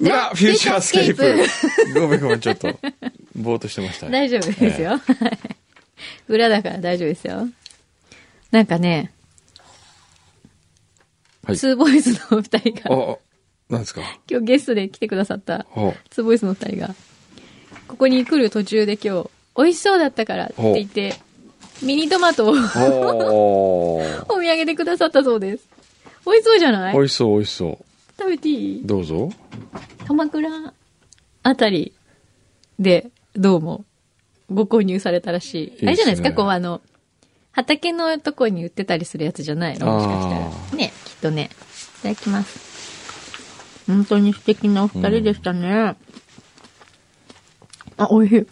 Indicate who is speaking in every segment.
Speaker 1: 裏フューチャースケー
Speaker 2: フューチャー
Speaker 1: プ。ごめんごめん、ちょっと、ぼーっとしてました。
Speaker 2: 大丈夫ですよ。はい裏だから大丈夫ですよ。なんかね、
Speaker 1: はい
Speaker 2: ツーボーイズのお二人
Speaker 1: ええ。
Speaker 2: が、
Speaker 1: あ、なんですか。
Speaker 2: 今日ゲストで来てくださった、
Speaker 1: ほ
Speaker 2: ツーボーイズのお二人が、ここに来る途中で今日、美味しそうだったからって言って、ミニトマト を
Speaker 1: う。ほう。
Speaker 2: お土産でくださったそうです。美味しそうじゃない
Speaker 1: 美味しそう、美味しそ。
Speaker 2: 食べていいう
Speaker 1: どうぞ。
Speaker 2: 鎌倉あたりで、どうも、ご購入されたらしい。
Speaker 1: すね
Speaker 2: あれじゃないですか、こうあの、畑のとこに売ってたりするやつじゃないのもしか
Speaker 1: あ
Speaker 2: したら。ね、きっとね。いただきます。本当に素敵なお二人でしたね。あ、美味しい。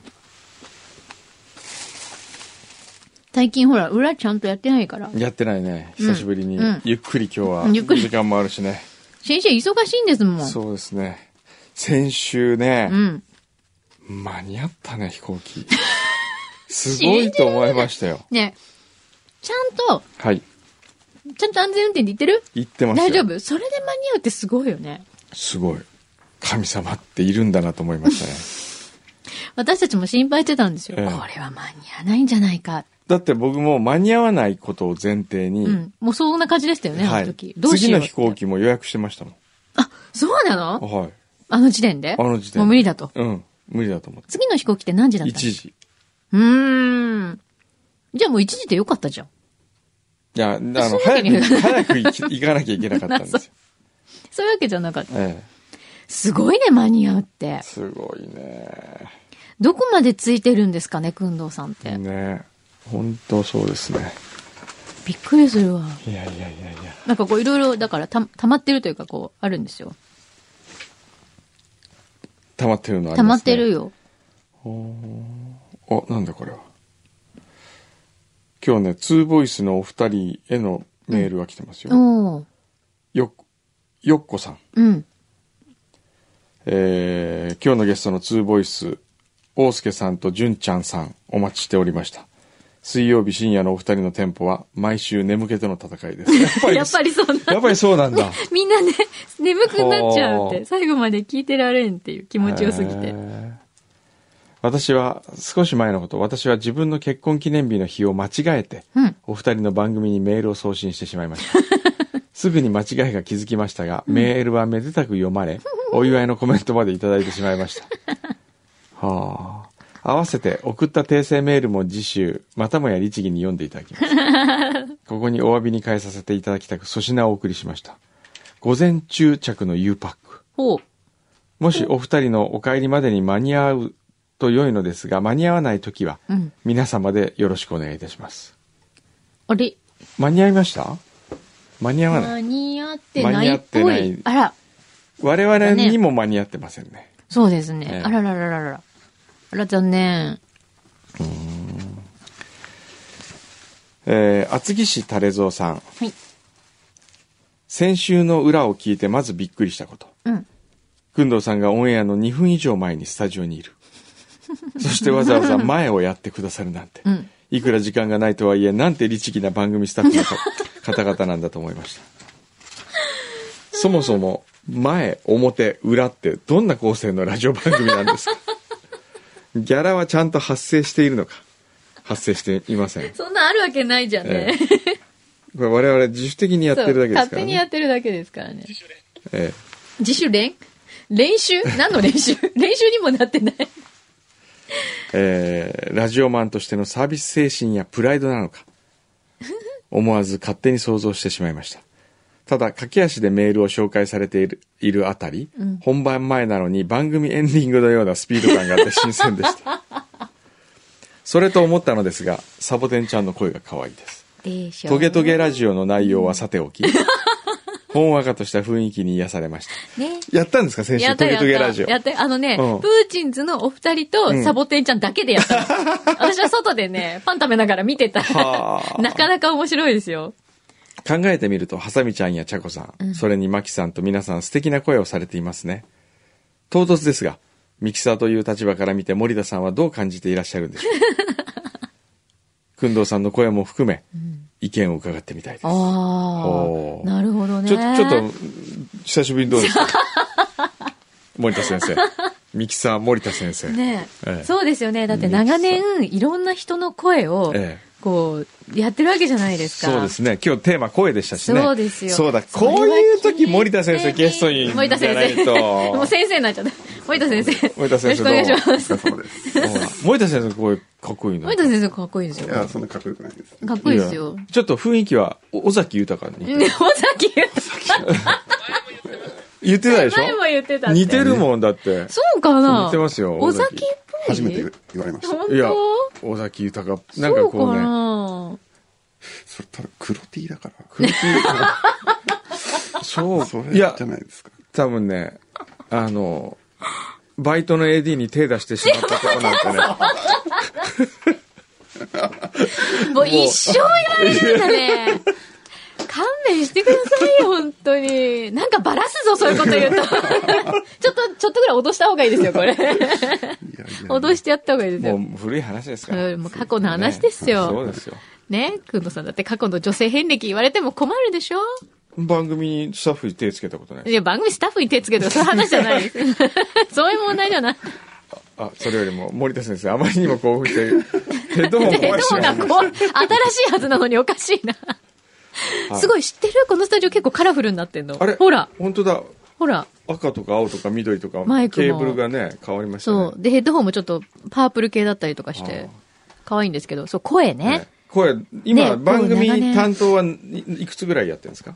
Speaker 2: 最近ほら、裏ちゃんとやってないから。
Speaker 1: やってないね。久しぶりに
Speaker 2: うんうん。
Speaker 1: ゆっくり今日は。
Speaker 2: ゆっくり
Speaker 1: 時間もあるしね。
Speaker 2: 先生忙しいんですもん。
Speaker 1: そうですね。先週ね
Speaker 2: う。ん。
Speaker 1: 間に合ったね、飛行 機。すごいと思いましたよ。
Speaker 2: ね、ちゃんと、
Speaker 1: はい。
Speaker 2: ちゃんと安全運転で行ってる
Speaker 1: 行ってますよ。
Speaker 2: 大丈夫それで間に合うってすごいよね。
Speaker 1: すごい。神様っているんだなと思いましたね。
Speaker 2: 私たちも心配してたんですよ。
Speaker 1: ええ
Speaker 2: これは間に合わないんじゃないか。
Speaker 1: だって僕も間に合わないことを前提に、
Speaker 2: うん。もうそんな感じでしたよね、
Speaker 1: は
Speaker 2: あの
Speaker 1: い、
Speaker 2: 時。どうし
Speaker 1: 次
Speaker 2: よう
Speaker 1: の
Speaker 2: っ
Speaker 1: 飛
Speaker 2: て。
Speaker 1: 行機も予約してましたもん。
Speaker 2: あ、そうなの
Speaker 1: はい。
Speaker 2: あの時点で
Speaker 1: あの時点で
Speaker 2: もう無理だと。
Speaker 1: うん。無理だと思って。
Speaker 2: 次の飛行機って何時だったの
Speaker 1: 1時。
Speaker 2: うーん。じゃあもう1時でよかったじゃん。
Speaker 1: いや、あの、
Speaker 2: そういうわ
Speaker 1: 早
Speaker 2: けに
Speaker 1: く、
Speaker 2: は
Speaker 1: 早く行き行かなきゃいけなかったんですよ。
Speaker 2: そういうわけじゃ なかった。
Speaker 1: え
Speaker 2: すごいね、間に合うって
Speaker 1: え。。すごいね。
Speaker 2: どこまでついてるんですかね、くんどうさんって。
Speaker 1: ね本当そうですね。
Speaker 2: びっくりするわ。
Speaker 1: いやいやいやいや。
Speaker 2: なんかこういろいろ、だからた、溜まってるというかこう、あるんですよ。
Speaker 1: 溜まってるのあり
Speaker 2: 溜ま
Speaker 1: ます、ね
Speaker 2: っ、てる。よ。
Speaker 1: あ、なんだこれは。今日ね、ツーボイスのお二人へのメールが来てますよ。
Speaker 2: おー
Speaker 1: よっ、よっこさん。
Speaker 2: うん。
Speaker 1: えー今日のゲストのツーボイス、大輔さんと純ちゃんさん、お待ちしておりました。水曜日深夜のお二人の店舗は、毎週眠気との戦いです。やっぱり、
Speaker 2: やっぱりそんな。
Speaker 1: やっぱりそうなんだ。
Speaker 2: みんなね、眠くなっちゃうっ
Speaker 1: ほ
Speaker 2: て、
Speaker 1: う
Speaker 2: 最後まで聞いてられんっていう気持ちよすぎ
Speaker 1: え
Speaker 2: て。
Speaker 1: ー私は、少し前のこと、私は自分の結婚記念日の日を間違えて、
Speaker 2: うん。
Speaker 1: お二人の番組にメールを送信してしまいま した。すぐに間違いが気づきましたが、メールはめでたく読まれ、 お祝いのコメントまでいただいてしまいました。はあ。合わせて送った訂正メールも次週、またもや律儀に読んでいただきます。 ここにお詫びに変えさせていただきたく、粗品をお送りしました。午前中着の U パック。
Speaker 2: ほう。
Speaker 1: もしお二人のお帰りまでに間に合うと良いのですが、間に合わないときは
Speaker 2: うん、
Speaker 1: 皆様でよろしくお願いいたします。
Speaker 2: あれ
Speaker 1: 間に合いました間に合わない。
Speaker 2: 間に合ってないっぽ
Speaker 1: 間に合ってない
Speaker 2: い。あら、
Speaker 1: 我々にも間に合ってませんね。
Speaker 2: そうですね。
Speaker 1: ええ
Speaker 2: あらららららら。あら、残念。
Speaker 1: えー、厚木市垂れ蔵さん。
Speaker 2: はい。
Speaker 1: 先週の裏を聞いてまずびっくりしたこと。
Speaker 2: うん。
Speaker 1: くんどうさんがオンエアの2分以上前にスタジオにい る。そしてわざわざ前をやってくださるなんて。
Speaker 2: うん。
Speaker 1: いくら時間がないとはいえ、なんて律儀な番組スタッフ のか方々なんだと思いました。そもそも、前、表、裏ってどんな構成のラジオ番組なんです かギャラはちゃんと発生しているのか発生していません。
Speaker 2: そんなあるわけないじゃんね。
Speaker 1: えこれ我々自主的にやってるだけです
Speaker 2: 勝
Speaker 1: から、ね。
Speaker 2: 手にやってるだけですからね。
Speaker 1: え
Speaker 2: 自主練練習何の練習 練習にもなってない。
Speaker 1: ええーラジオマンとしてのサービス精神やプライドなの か思わず勝手に想像してしまいましたただ駆け足でメールを紹介されているいるあたり、本番前なのに番組エンディングのようなスピード感があって新鮮でした それと思ったのですがサボテンちゃんの声が可愛いです
Speaker 2: でしょ。
Speaker 1: トゲトゲラジオの内容はさておきほんわかとした雰囲気に癒されました
Speaker 2: ね。
Speaker 1: やったんですか先
Speaker 2: や
Speaker 1: 週
Speaker 2: った
Speaker 1: トゲ
Speaker 2: や
Speaker 1: ト
Speaker 2: った。
Speaker 1: ゲラジオ
Speaker 2: やって、あのね、
Speaker 1: うん
Speaker 2: プーチンズのお二人とサボテンちゃんだけでや ったの、私は外でね、パン食べながら見てた
Speaker 1: はあ
Speaker 2: なかなか面白いですよ。
Speaker 1: 考えてみると、ハサミちゃんやチャコさん、それにマキさんと皆さん素敵な声をされていますね。唐突ですが、ミキサーという立場から見て森田さんはどう感じていらっしゃるんでしょう くんどうさんの声も含め、意見を伺ってみたいです。ちょ
Speaker 2: あ
Speaker 1: おー
Speaker 2: あ。なるほどね。
Speaker 1: ちょっと、久しぶりにどうですか森田先生。ミキサー森田先生。
Speaker 2: ねえ、
Speaker 1: ええ
Speaker 2: そうですよね。だって長年、いろんな人の声を、
Speaker 1: ええ
Speaker 2: こう、やってるわけじゃないですか。
Speaker 1: そうですね。今日テーマ声でしたしね。
Speaker 2: そうですよ。
Speaker 1: そうだ。
Speaker 2: それは
Speaker 1: こういう
Speaker 2: 記
Speaker 1: 時
Speaker 2: 念
Speaker 1: 森田先生ゲストに。
Speaker 2: 森田先生。
Speaker 1: と。
Speaker 2: もう先生になっちゃった。森田先生。
Speaker 1: 森田先生どうも
Speaker 2: よろしくお願いします。
Speaker 1: ほら 森田先生の声かっこいいな。
Speaker 2: 森田先生かっこいいです
Speaker 3: い
Speaker 2: よ。
Speaker 3: や、
Speaker 2: か
Speaker 3: そんなかっこよくないです。
Speaker 2: っこいいですよ。
Speaker 1: やちょっと雰囲気は、お尾崎豊に。
Speaker 2: ね、尾崎言っ
Speaker 1: 言ってないでし
Speaker 2: 前も
Speaker 1: ょ
Speaker 2: 言ってたって。
Speaker 1: 似てるもんだって。
Speaker 2: そうかな
Speaker 1: 似てますよ
Speaker 2: 尾崎っぽい
Speaker 3: 初めて言われました。
Speaker 2: 本
Speaker 1: いや
Speaker 2: 当、
Speaker 1: 尾崎豊か、な
Speaker 2: な
Speaker 1: ん
Speaker 2: ん
Speaker 1: か
Speaker 2: か
Speaker 1: こ
Speaker 2: こ
Speaker 1: う
Speaker 2: う
Speaker 1: ね。
Speaker 2: ね。
Speaker 3: それ多分黒 T だから。
Speaker 1: 空気 そう
Speaker 3: それ
Speaker 1: い
Speaker 3: じ
Speaker 1: や
Speaker 3: ゃ、ないですか。
Speaker 1: 多分ね、あの、バイトの AD に手出してしまったとこなんてね。
Speaker 2: もう一生言われるんだね。勘弁してくださいよ、本当に。なんかバラすぞ、そういうこと 言うと。ちょっと、ちょっとぐらい脅した方がいいですよ、これ。
Speaker 3: いやいや。
Speaker 2: 脅してやった方がいい ですよ。
Speaker 1: もう古い話ですか
Speaker 2: う
Speaker 1: ら。
Speaker 2: んもう過去の話ですよ
Speaker 1: そうですよ。
Speaker 2: ね、くんのさんだって過去の女性遍歴言われても困るでしょ
Speaker 1: 番組にスタッフに手つけたことないで
Speaker 2: い
Speaker 1: す。
Speaker 2: や、番組スタッフに手つけてそういう話じゃないです。 そういう問題じゃない。
Speaker 1: あ、それよりも森田先生、あまりにも興奮 して、ヘッドホン
Speaker 2: で、ど
Speaker 1: 壊しちゃ
Speaker 2: う
Speaker 1: う
Speaker 2: な、こう、新しいはずなのにおかしいな。
Speaker 1: はい
Speaker 2: すごい、知ってるこのスタジオ結構カラフルになってんの。
Speaker 1: あれ
Speaker 2: ほら、
Speaker 1: 本当だ。
Speaker 2: ほら。
Speaker 1: 赤とか青とか緑とか、
Speaker 2: マイクも
Speaker 1: ケーブルがね、変わりましたね。
Speaker 2: そう。で、ヘッドホンもちょっとパープル系だったりとかして、可愛いんですけど、そう、声ね。
Speaker 1: ね声、今、
Speaker 2: ね
Speaker 1: 番
Speaker 2: こう長
Speaker 1: 組
Speaker 2: 年
Speaker 1: 担当はいいくつぐらいやってるんですか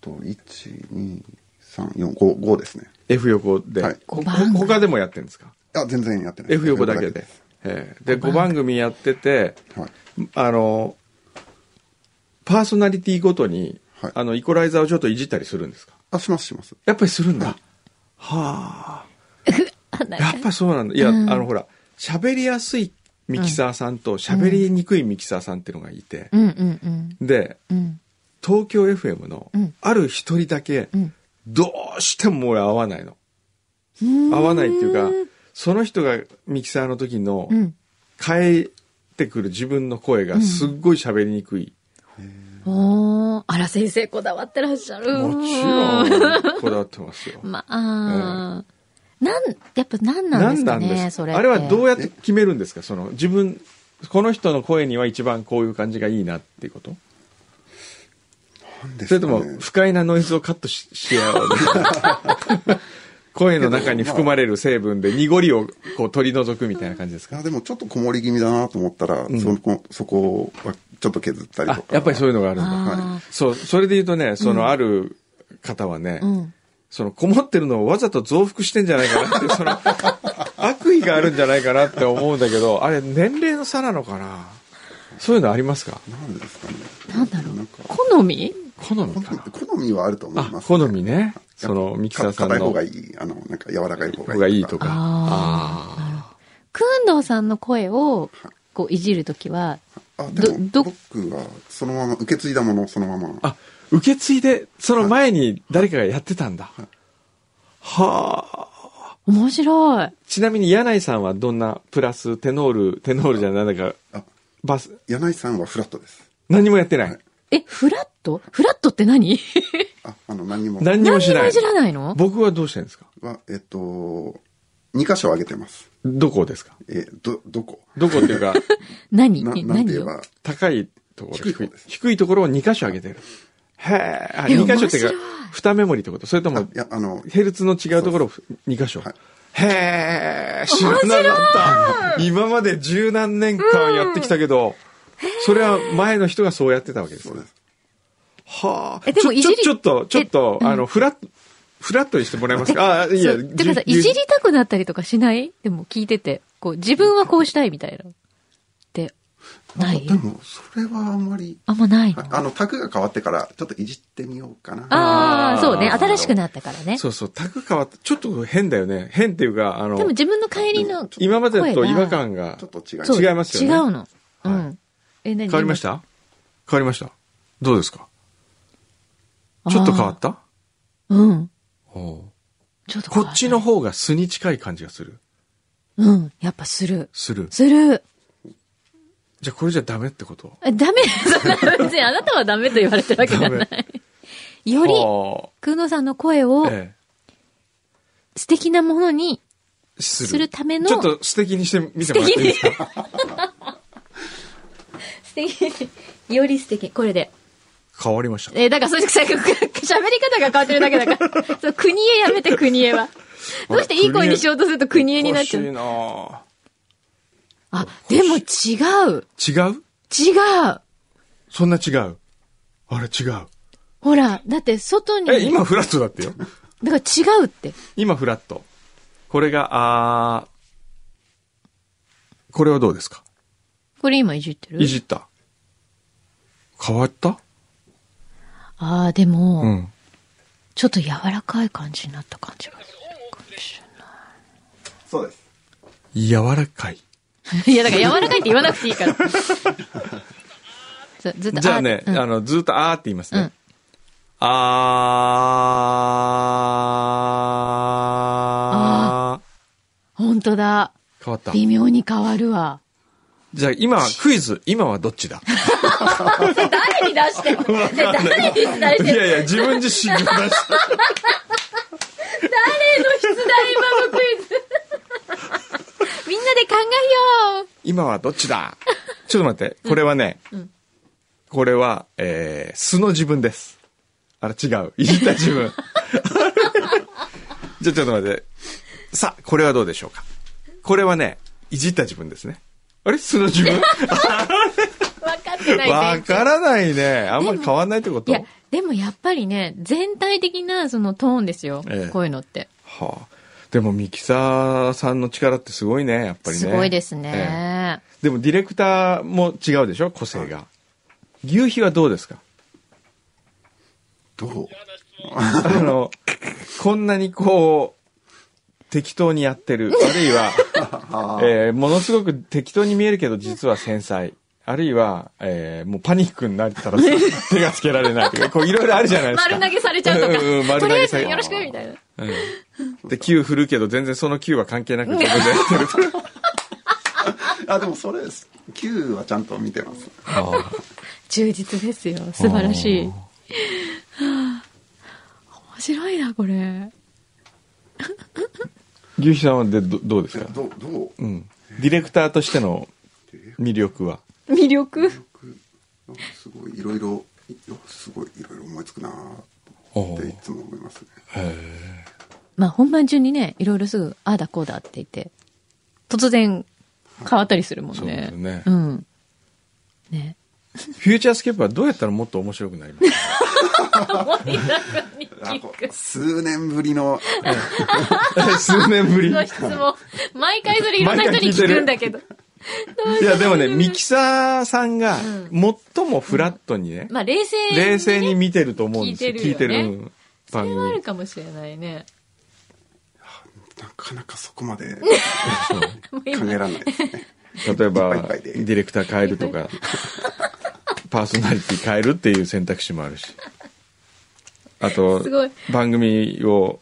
Speaker 3: と、1、2、3、4、5、5ですね。
Speaker 1: ?F 横で。
Speaker 3: はい
Speaker 1: ほ
Speaker 2: 五番
Speaker 1: ほ他でもやってるんですか
Speaker 3: あ、全然やってない。
Speaker 1: ?F 横だけで。ええで、5番組やってて、
Speaker 3: はい。
Speaker 1: あの、パーソナリティごとに、
Speaker 3: はい
Speaker 1: あの、イコライザーをちょっといじったりするんですか
Speaker 3: あ、しますします。
Speaker 1: やっぱりするんだ。はあ。
Speaker 2: あなん
Speaker 1: や
Speaker 2: か
Speaker 1: っぱりそうなんだ。いや、あの、ほら、喋りやすいミキサーさんと喋りにくいミキサーさんっていうのがいて、
Speaker 2: うんうんうん。
Speaker 1: で、
Speaker 2: うん。
Speaker 1: 東京 FM の
Speaker 2: うん
Speaker 1: ある一人だけ
Speaker 2: ん、
Speaker 1: どうしても俺合わないの。合わないっていうか、その人がミキサーの時の
Speaker 2: うん。
Speaker 1: 変えてくる自分の声がすっごい喋りにくい。
Speaker 2: おー、あら先生こだわってらっしゃる。
Speaker 1: もちろん、こだわってますよ。
Speaker 2: まあ、なん、やっぱ何なんですか
Speaker 1: 何
Speaker 2: ね、それって。
Speaker 1: あれはどうや
Speaker 2: や
Speaker 1: って決めるんですかその自分この人の声には一番こういう感じがいいなっていうこと、
Speaker 3: なんで
Speaker 1: そ
Speaker 3: す
Speaker 1: れ
Speaker 3: か
Speaker 1: と
Speaker 3: ね
Speaker 1: も不快なノイズをカットしし合 う声の中に含まれる成分で濁りをこう取り除くみたいな感じです
Speaker 3: い
Speaker 1: か
Speaker 3: や、でもちょっとこもり気味だなと思ったら、そこ、そこはちょっと削ったり
Speaker 1: あ
Speaker 3: とか。
Speaker 1: やっぱりそういうのがあるんだ
Speaker 2: あ
Speaker 1: そうそれで言うとねそのある方はね、
Speaker 2: ーうん。
Speaker 1: そのこもってるのをわざと増幅してんじゃないかなってそ の悪意があるんじゃないかなって思うんだけどあれ年齢の差なのかなそういうのありますか
Speaker 3: なんですかね。
Speaker 2: なんだろ
Speaker 3: な
Speaker 2: うん
Speaker 3: か。
Speaker 2: 好み
Speaker 1: 好みかな
Speaker 3: 好み好みはあると思い
Speaker 1: あ
Speaker 3: ま、す。
Speaker 1: 好みね。そ
Speaker 3: やっぱ
Speaker 1: のミキサーさん
Speaker 3: か硬い
Speaker 1: の
Speaker 3: 方が
Speaker 1: 方
Speaker 3: いい。あの、なんか柔らかい方がいい。
Speaker 1: がいいとか。
Speaker 2: あ
Speaker 1: あ
Speaker 2: くんどうさんの声を、こう、いじるときは、
Speaker 3: あ、でも
Speaker 2: どど
Speaker 3: 僕はそのまま受け継いだものをそのまま。
Speaker 1: ー。あ、受け継いで、その前に誰かがやってたんだ。はあ。
Speaker 2: 面白い。
Speaker 1: ちなみに柳井さんはどんなプラステノール、テノールじゃないなんだか、
Speaker 3: あ、
Speaker 1: バス、
Speaker 3: 柳井さんはフラットです。
Speaker 1: 何もやってない。
Speaker 3: はい
Speaker 2: え、フラットフラットって 何
Speaker 3: あ、あの、何にも。
Speaker 1: 何にも
Speaker 2: 何
Speaker 1: し
Speaker 2: に
Speaker 1: な
Speaker 2: も
Speaker 1: い。
Speaker 2: いじらないの
Speaker 1: 僕はどうしてるんですか
Speaker 3: は、えっと、2箇所上げてます。
Speaker 1: どこですか
Speaker 3: え、ど、どこ
Speaker 1: どこって いうか、
Speaker 2: 何
Speaker 3: な、なんて
Speaker 2: 何
Speaker 3: 言え
Speaker 2: よ
Speaker 3: ば。
Speaker 1: 高いところ。
Speaker 3: 低い方です
Speaker 1: 低いところを2箇所上げてる。へえ。あ
Speaker 2: いや
Speaker 1: 2箇所っていうか
Speaker 2: 面白い、
Speaker 1: 2メモリってことそれと
Speaker 3: あ
Speaker 1: も
Speaker 3: い、や、あの、
Speaker 1: ヘルツの違うところを2箇所。
Speaker 3: はい
Speaker 1: へえ、知らなかった。今まで十何年間やってきたけど、それは前の人がそうやってたわけです
Speaker 3: そう。です。
Speaker 1: はあ。
Speaker 2: えでも
Speaker 1: ちょちょ
Speaker 2: いじり
Speaker 1: ちょっと、ちょっと、あの、フラット、フラットにしてもらえます かあ、い
Speaker 2: そ
Speaker 1: や、
Speaker 2: うてかさ、いじりたくなったりとかしないでも聞いてて、こう、自分はこうしたいみたいな。って、ない
Speaker 3: でも、それはあんまり、
Speaker 2: あんまないの
Speaker 3: はいあの、タグが変わってから、ちょっといじってみようかな。
Speaker 2: あ
Speaker 1: あー
Speaker 2: あ、そうね。新しくなったからね。
Speaker 1: そうそう、タグ変わって、ちょっと変だよね。変っていうか、あ
Speaker 2: でも
Speaker 1: の、
Speaker 2: 自分の帰りの声が。
Speaker 1: 今までと違和感が
Speaker 3: ちょっと違います
Speaker 2: そう
Speaker 1: 違いますよね
Speaker 2: 違うの。う
Speaker 1: は
Speaker 2: ん。え、何
Speaker 1: 変わりました変わりましたどうですか
Speaker 2: あー
Speaker 1: ちょっと変わった
Speaker 2: うん。
Speaker 1: おう
Speaker 2: ちょっと
Speaker 1: こ
Speaker 2: 変わ
Speaker 1: っちの方が素に近い感じがする。
Speaker 2: うん。やっぱする。
Speaker 1: する。
Speaker 2: する。
Speaker 1: じゃあこれじゃダメってこと
Speaker 2: えダメ。 そんな別にあなたはダメと言われてるわけじゃな
Speaker 1: ダ
Speaker 2: い。より、
Speaker 1: は
Speaker 2: くんのさんの声を
Speaker 1: あえ
Speaker 2: 素敵なものに
Speaker 1: す
Speaker 2: するための
Speaker 1: ちょっと素敵にしてみてもらっていいですか
Speaker 2: 素敵より素敵これで
Speaker 1: 変わりました
Speaker 2: えー、だからそれさ喋り方が変わってるだけだ からそう国へやめて国へ はどうしていい声にしようとすると国へになっちゃう
Speaker 1: おか
Speaker 2: あでも違う
Speaker 1: しいなぁ違う
Speaker 2: 違う
Speaker 1: そんな違うあれ違う。
Speaker 2: ほらだって外に
Speaker 1: え、今フラットだってよ。
Speaker 2: だから違うって
Speaker 1: 今フラット。これが、あーこれはどうですか
Speaker 2: これ今いじってる
Speaker 1: いじった。変わった
Speaker 2: ああでも、
Speaker 1: うん。
Speaker 2: ちょっと柔らかい感じになった感じがするかもし
Speaker 3: そうです。
Speaker 1: 柔らかい。
Speaker 2: れないいやだから柔らかいって言わなくてい いからずずっと
Speaker 1: じゃあね、
Speaker 2: うん
Speaker 1: あの、ずっとあーって言いますね。
Speaker 2: うん
Speaker 1: あー。
Speaker 2: 本当だ
Speaker 1: 変わった。
Speaker 2: 微妙に変わるわ
Speaker 1: じゃあ今、クイズ、今はどっちだ
Speaker 2: 誰に出してる誰に出して
Speaker 1: い
Speaker 2: る
Speaker 1: やいや、自分自身が出 した。
Speaker 2: 出題今のクイズみんなで考えよう
Speaker 1: 今はどっちだちょっと待って、これはね、これは、えー、素の自分です。あれ違う。言った自 分。じゃあちょっと待って。さあ、これはどうでしょうかこれはね、いじった自分ですね。あれ素の自分
Speaker 2: 分かってない
Speaker 1: わからないね。あんまり変わんないってこ
Speaker 2: い
Speaker 1: と
Speaker 2: やでもやっぱりね全体的なそのトーンですよ、
Speaker 1: ええ
Speaker 2: こういうのって
Speaker 1: はあ。でも、ミキサーさんの力ってすごいね、やっぱりね。
Speaker 2: すごいですね、
Speaker 1: ええでも、ディレクターも違うでしょ、個性が。牛皮はどうです か
Speaker 3: どう
Speaker 1: あの、こんなにこう、適当にやってる。あるいは、えーものすごく適当に見えるけど、実は繊細。あるいは、えーもうパニックになったらさ手がつけられないとか、こういろいろあるじゃないですか。
Speaker 2: 丸投げされちゃうとか、
Speaker 1: うんうん丸
Speaker 2: と
Speaker 1: 投
Speaker 2: りあえ
Speaker 1: げ
Speaker 2: ず
Speaker 1: され
Speaker 2: よろしくみたいな
Speaker 1: うんで、球振るけど、全然その球は関係なく自分でやってる。
Speaker 3: あ、でもそれです。Q はちゃんと見てます。
Speaker 2: 充実ですよ素晴らしい
Speaker 1: うん
Speaker 2: はあ面白いなこれ
Speaker 1: 牛皮さんはでどどうですか
Speaker 3: どう、どう
Speaker 1: うん。ディレクターとしての魅力は。
Speaker 2: 魅力
Speaker 3: なんかすごいいろいろ、すごいいろいろ思いつくなーっていつも思います ね。
Speaker 2: まあ本番中にねいろいろすぐああだこうだって言って突然変わったりするもんね
Speaker 1: そうですよね
Speaker 2: うんね
Speaker 1: フューチャースケープはどうやったらもっと面白くなりますか
Speaker 2: 森永に
Speaker 3: あ
Speaker 2: 聞
Speaker 3: こ
Speaker 2: く。
Speaker 3: 数年ぶりの、
Speaker 1: 数年ぶり。い
Speaker 2: の質問。毎回それいろんな人に聞くんだけど。
Speaker 1: や、でもね、ミキサーさんが
Speaker 2: ん
Speaker 1: 最もフラットにね、
Speaker 2: まあ冷静に、ね。
Speaker 1: 冷静に見てると思うんですよ。聞
Speaker 2: 聞
Speaker 1: い
Speaker 2: い
Speaker 1: てる,、
Speaker 2: てるよね
Speaker 1: うん
Speaker 2: そ
Speaker 1: 番
Speaker 2: れはあ
Speaker 1: 組
Speaker 2: る。かもしれないね。
Speaker 3: なかなかそこまで考
Speaker 2: もう
Speaker 3: え
Speaker 2: 今
Speaker 3: られないですね。
Speaker 1: 例えば、
Speaker 3: いっぱいいっぱ
Speaker 1: デ
Speaker 3: いで
Speaker 1: ィレクター変えるとか、パーソナリティ変えるっていう選択肢もあるし。あと
Speaker 2: すごい、
Speaker 1: 番組を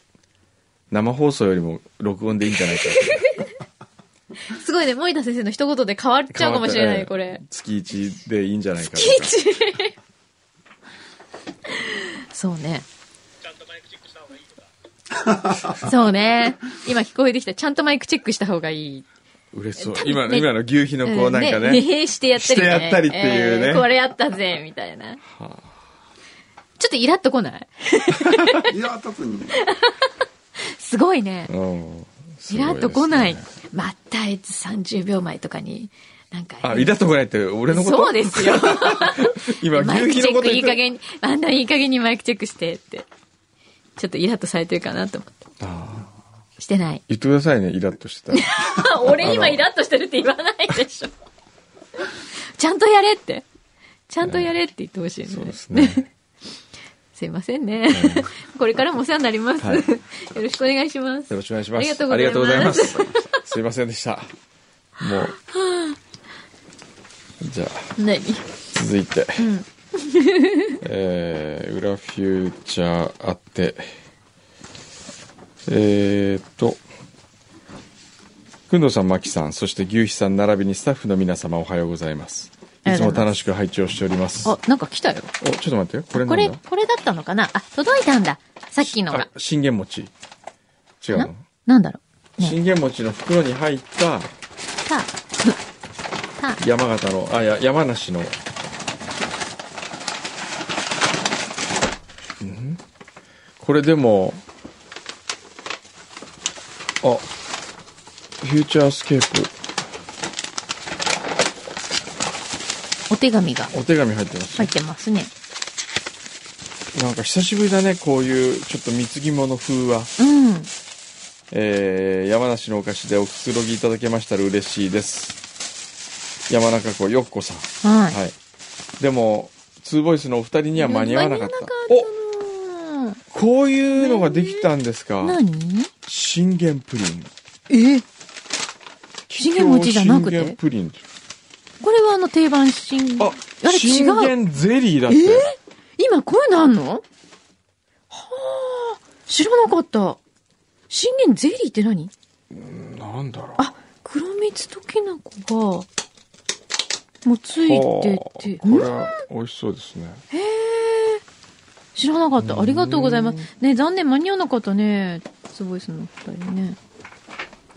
Speaker 1: 生放送よりも録音でいいんじゃないかって。
Speaker 2: すごいね、森田先生の一言で変わっちゃうかもしれない、これ。
Speaker 1: 月1でいいんじゃないかとか
Speaker 2: キチそうね。そうね。今聞こえてきた。ちゃんとマイクチェックした方がいい。
Speaker 1: 嬉しそう
Speaker 2: 多。分
Speaker 1: 今の、
Speaker 2: ね
Speaker 1: 今の牛皮のこうなんか
Speaker 2: ね。
Speaker 1: ね。
Speaker 2: ねしてやったり、ね。
Speaker 1: してやったりっていうね
Speaker 2: えーこれやったぜ、みたいな。
Speaker 1: はあ
Speaker 2: ちょっとイラっとこない
Speaker 3: いや、特に。
Speaker 2: すごいね。
Speaker 1: うんす
Speaker 2: イ
Speaker 1: ごいですね
Speaker 2: ラっとこない。またあいつ30秒前とかに、なんか。
Speaker 1: あ、イラっとこないって俺のこと
Speaker 2: そうですよ。
Speaker 1: 今、
Speaker 2: マイク
Speaker 1: 牛皮の
Speaker 2: チェッ
Speaker 1: こ
Speaker 2: ク
Speaker 1: と
Speaker 2: いい
Speaker 1: 言っ
Speaker 2: 加
Speaker 1: て
Speaker 2: 減に、あんないい加減にマイクチェックしてって。ちょっとイラっとされてるかなと思って。
Speaker 1: あー
Speaker 2: し てない。
Speaker 1: 言ってくださいね、イラっとしてたら。
Speaker 2: 俺今イラっとしてるって言わないでしょ。ちゃんとやれって。ちゃんとやれって言ってほしいね。
Speaker 1: そうですね。
Speaker 2: すいませんね。これからもお世話になります。
Speaker 1: はい
Speaker 2: よろしくお願いします。
Speaker 1: よろしくお願いします。
Speaker 2: ありがとうございます。
Speaker 1: ありがとうございます。すいませんでした。もう。じゃあ、
Speaker 2: 何
Speaker 1: 続いて。えー、裏フューチャーあって、えーっと、くんどうさん、まきさん、そして牛皮さん、並びにスタッフの皆様、おはようございます。い
Speaker 2: あり
Speaker 1: つ
Speaker 2: がと
Speaker 1: も
Speaker 2: うございま
Speaker 1: 楽しく拝聴しております。
Speaker 2: あ
Speaker 1: お、、
Speaker 2: なんか来た
Speaker 1: ち
Speaker 2: よ。
Speaker 1: ょっと待ってよ。これ
Speaker 2: こ
Speaker 1: なん
Speaker 2: れ、
Speaker 1: だ
Speaker 2: これだったのかなあ、届いたんだ。さっきのが
Speaker 1: あ。信玄餅。違うの
Speaker 2: なんだろう。ね
Speaker 1: 信玄餅の袋に入った
Speaker 2: た、た、
Speaker 1: 山形の、あ、や、山梨の。んこれでも、あ、フューチャースケー
Speaker 2: お手紙が
Speaker 1: プ、お手紙入ってます、
Speaker 2: 入
Speaker 1: ね
Speaker 2: ってますね。
Speaker 1: なんか久しぶりだね、こういうちょっと貢ぎ物風は。
Speaker 2: うん。
Speaker 1: えー山梨のお菓子でおくつろぎいただけましたら嬉しいです。山中湖よっこさん。
Speaker 2: はい。
Speaker 1: はい。でも、ツーボイスのお二人には間に合わなかった。
Speaker 2: 間に合わなかっ
Speaker 1: おこういうのができたんです
Speaker 2: た
Speaker 1: か。
Speaker 2: な何
Speaker 1: 信玄プリン。
Speaker 2: え信玄餅じゃなくて
Speaker 1: 信玄プリン。
Speaker 2: これはあの定番信
Speaker 1: あ
Speaker 2: あ、れ
Speaker 1: 信
Speaker 2: 違う。
Speaker 1: 玄ゼリーだって。
Speaker 2: 今こういうのあんのはあ、知らなかった。信玄ゼリーって何
Speaker 1: なんだろう。
Speaker 2: あ、黒蜜ときなこが、もうついて
Speaker 1: は
Speaker 2: て、
Speaker 1: あこれ
Speaker 2: ん
Speaker 1: は美味しそうですね。
Speaker 2: 知らなかった。ありがとうございます。ね、残念、間に合わなかったね。すごい、その二人ね。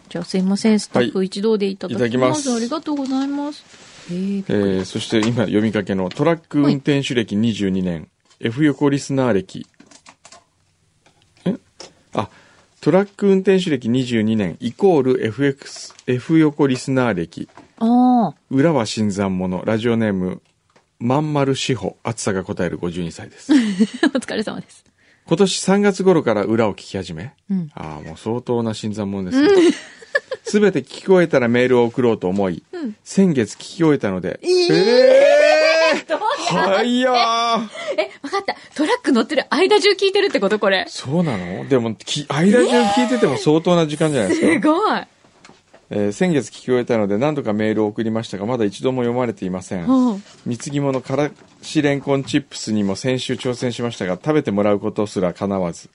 Speaker 2: じゃあ、すいません。スタッフ一同でいただきます。
Speaker 1: いただきます
Speaker 2: ありがとうございます。えー、
Speaker 1: えーそして今読みかけのトラック運転手歴22年、F 横リスナー歴。えあ、トラック運転手歴22年、イコール FX、F 横リスナー歴。
Speaker 2: ああ、
Speaker 1: 裏は新参者、ラジオネーム、まんまる志保、暑さが答える52歳です。
Speaker 2: お疲れ様です。
Speaker 1: 今年3月頃から裏を聞き始め、
Speaker 2: うん。
Speaker 1: ああ、もう相当な新参者です ね。すべて聞き終えたらメールを送ろうと思い、
Speaker 2: うん
Speaker 1: 先月聞き終えたので、ええ
Speaker 2: どう
Speaker 1: ー、はいやー
Speaker 2: え、わかった。トラック乗ってる間中聞いてるってことこれ。す
Speaker 1: そうなのでも、き、間中聞いてても相当な時間じゃないです か。
Speaker 2: ごい。
Speaker 1: えー先月聞き終えたので何度かメールを送りましたが、まだ一度も読まれていません。
Speaker 2: うん
Speaker 1: 貢ぎ物からしレンコンチップスにも先週挑戦しましたが、食べてもらうことすら叶わず、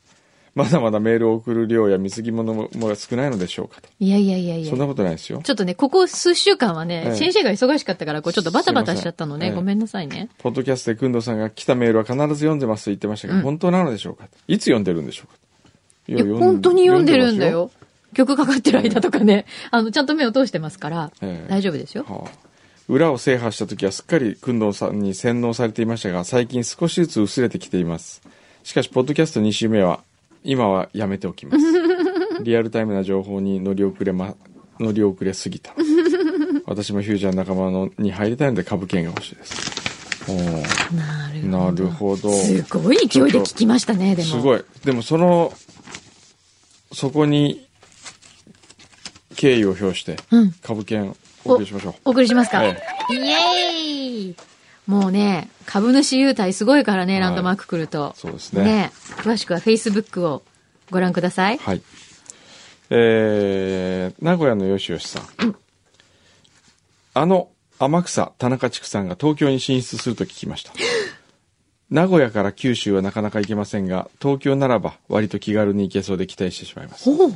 Speaker 1: まだまだメールを送る量や貢ぎ物もも少ないのでしょうかと。
Speaker 2: いやいやいやいや
Speaker 1: そん。なことないですよ。
Speaker 2: ちょっとね、ここ数週間はね、
Speaker 1: ええ
Speaker 2: 先生が忙しかったから、こう、ちょっとバタバタしちゃったの
Speaker 1: すい
Speaker 2: ね。
Speaker 1: ません
Speaker 2: ごめんなさいね。
Speaker 1: ポッドキャストでくんどさんが来たメールは必ず読んでますと言ってましたが、
Speaker 2: うん
Speaker 1: 本当なのでしょうかといつ読んでるんでしょうかといや
Speaker 2: いや、
Speaker 1: 読ん
Speaker 2: 本当に読んでるんだ
Speaker 1: 読
Speaker 2: よ。曲かかってる間とかね。あの、ちゃんと目を通してますから
Speaker 1: ええ、
Speaker 2: 大丈夫ですよ。
Speaker 1: はあ裏を制覇した時はすっかり工藤さんに洗脳されていましたが最近少しずつ薄れてきていますしかしポッドキャスト2週目は今はやめておき ますリアルタイムな情報に乗り遅れま乗り遅れすぎた私もヒュージャン仲間のに入りたいので株券が欲しいですおー
Speaker 2: なる
Speaker 1: なるほど
Speaker 2: すごい勢いで聞きましたね、でも。
Speaker 1: すごいでもそのそこに敬意を表して
Speaker 2: うん
Speaker 1: 株券お送りしましょう、
Speaker 2: お送りしますか。
Speaker 1: え
Speaker 2: イエーイもうね、株主優待すごいからね、
Speaker 1: はい
Speaker 2: ランドマーク来ると。
Speaker 1: そうですね
Speaker 2: 詳しくは Facebook をご覧ください。
Speaker 1: はい。えー、名古屋のよしよしさん。あの、天草、田中畜さんが東京に進出すると聞きました。名古屋から九州はなかなか行けませんが、東京ならば割と気軽に行けそうで期待してしまいます。
Speaker 2: ほう。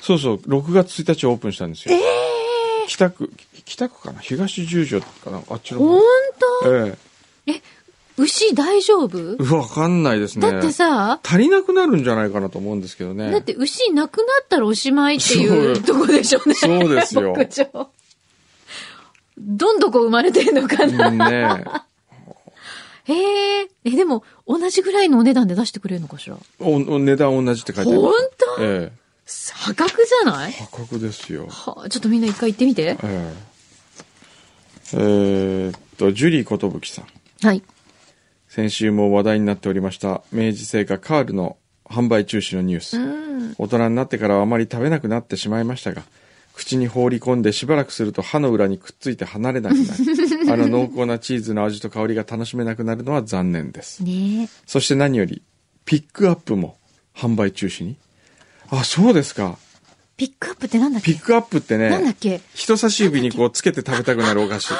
Speaker 1: そうそう、6月1日オープンしたんですよ。北区、北区かな東十条かなあっちの
Speaker 2: ほ
Speaker 1: 方
Speaker 2: ん。
Speaker 1: え
Speaker 2: と牛大丈夫
Speaker 1: えわかんないですね。
Speaker 2: だってさ、
Speaker 1: 足りなくなるんじゃないかなと思うんですけどね。
Speaker 2: だって牛なくなったらおしまいっていう
Speaker 1: そう
Speaker 2: とこでしょうね。
Speaker 1: そうですよ
Speaker 2: 牧場どんどこ生まれてるのかな。
Speaker 1: うんね
Speaker 2: へえ。え、でも、同じぐらいのお値段で出してくれるのかしら。
Speaker 1: おお値段同じって書いてある。
Speaker 2: ほんと
Speaker 1: ええ
Speaker 2: 破格じゃない
Speaker 1: 破格ですよ。
Speaker 2: はあ、ちょっとみんな一回行ってみて。
Speaker 1: えええーっと、ジュリー寿さん。
Speaker 2: はい。
Speaker 1: 先週も話題になっておりました、明治製菓カールの販売中止のニュー
Speaker 2: う
Speaker 1: ス。
Speaker 2: ん。
Speaker 1: 大人になってからはあまり食べなくなってしまいましたが、口に放り込んでしばらくすると歯の裏にくっついて離れなく なる。あの濃厚なチーズの味と香りが楽しめなくなるのは残念です。
Speaker 2: ね
Speaker 1: そして何より、ピックアップも販売中止に。あ、そうですか。
Speaker 2: ピックアップってなんだっけ
Speaker 1: ピックアップってね、
Speaker 2: なんだっけ
Speaker 1: 人差し指にこうつけて食べたくなるお菓子。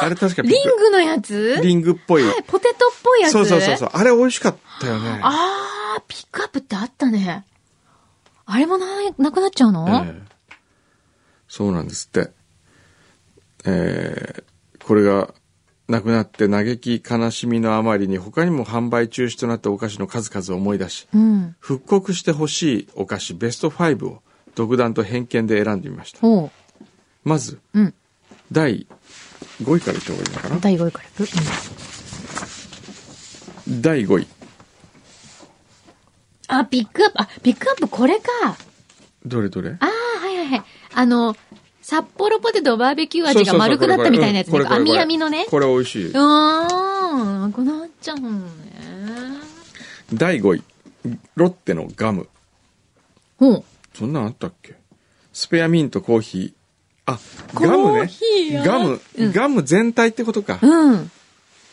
Speaker 1: あれ確かピッ
Speaker 2: リ
Speaker 1: ク
Speaker 2: ングのやつ
Speaker 1: リングっぽい。
Speaker 2: はい、ポテトっぽいやつ。
Speaker 1: そうそうそうそう。あれ美味しかったよね。
Speaker 2: あー、ピックアップってあったね。あれもな、なくなっちゃうの、
Speaker 1: ええそうなんですって。えーこれがなくなって嘆き悲しみのあまりに他にも販売中止となったお菓子の数々を思い出し、
Speaker 2: うん。
Speaker 1: 復刻してほしいお菓子ベスト5を独断と偏見で選んでみました。
Speaker 2: おう。
Speaker 1: まず、
Speaker 2: うん。
Speaker 1: 第5位からいった方がいいのかな
Speaker 2: 第5位からいく。うん
Speaker 1: 第5位。
Speaker 2: あ、ピックアップ、あ、ピックアップこれか。
Speaker 1: どれどれ
Speaker 2: ああ、はいはいはい。あの、札幌ポテトバーベキュー
Speaker 1: そう
Speaker 2: 味
Speaker 1: そうそう
Speaker 2: が丸くなったみたいなやつ
Speaker 1: これ
Speaker 2: ね。
Speaker 1: これこれ
Speaker 2: 網網のね。。
Speaker 1: これ美味しいう
Speaker 2: ーん、こうなっちゃうのね。
Speaker 1: 第5位。ロッテのガム。
Speaker 2: ほう。
Speaker 1: そんなんあったっけスペアミントコーヒー。あ、
Speaker 2: コ
Speaker 1: ガム
Speaker 2: ー
Speaker 1: ね
Speaker 2: ヒー。
Speaker 1: ガム
Speaker 2: うん、
Speaker 1: ガム全体ってことか。
Speaker 2: うん。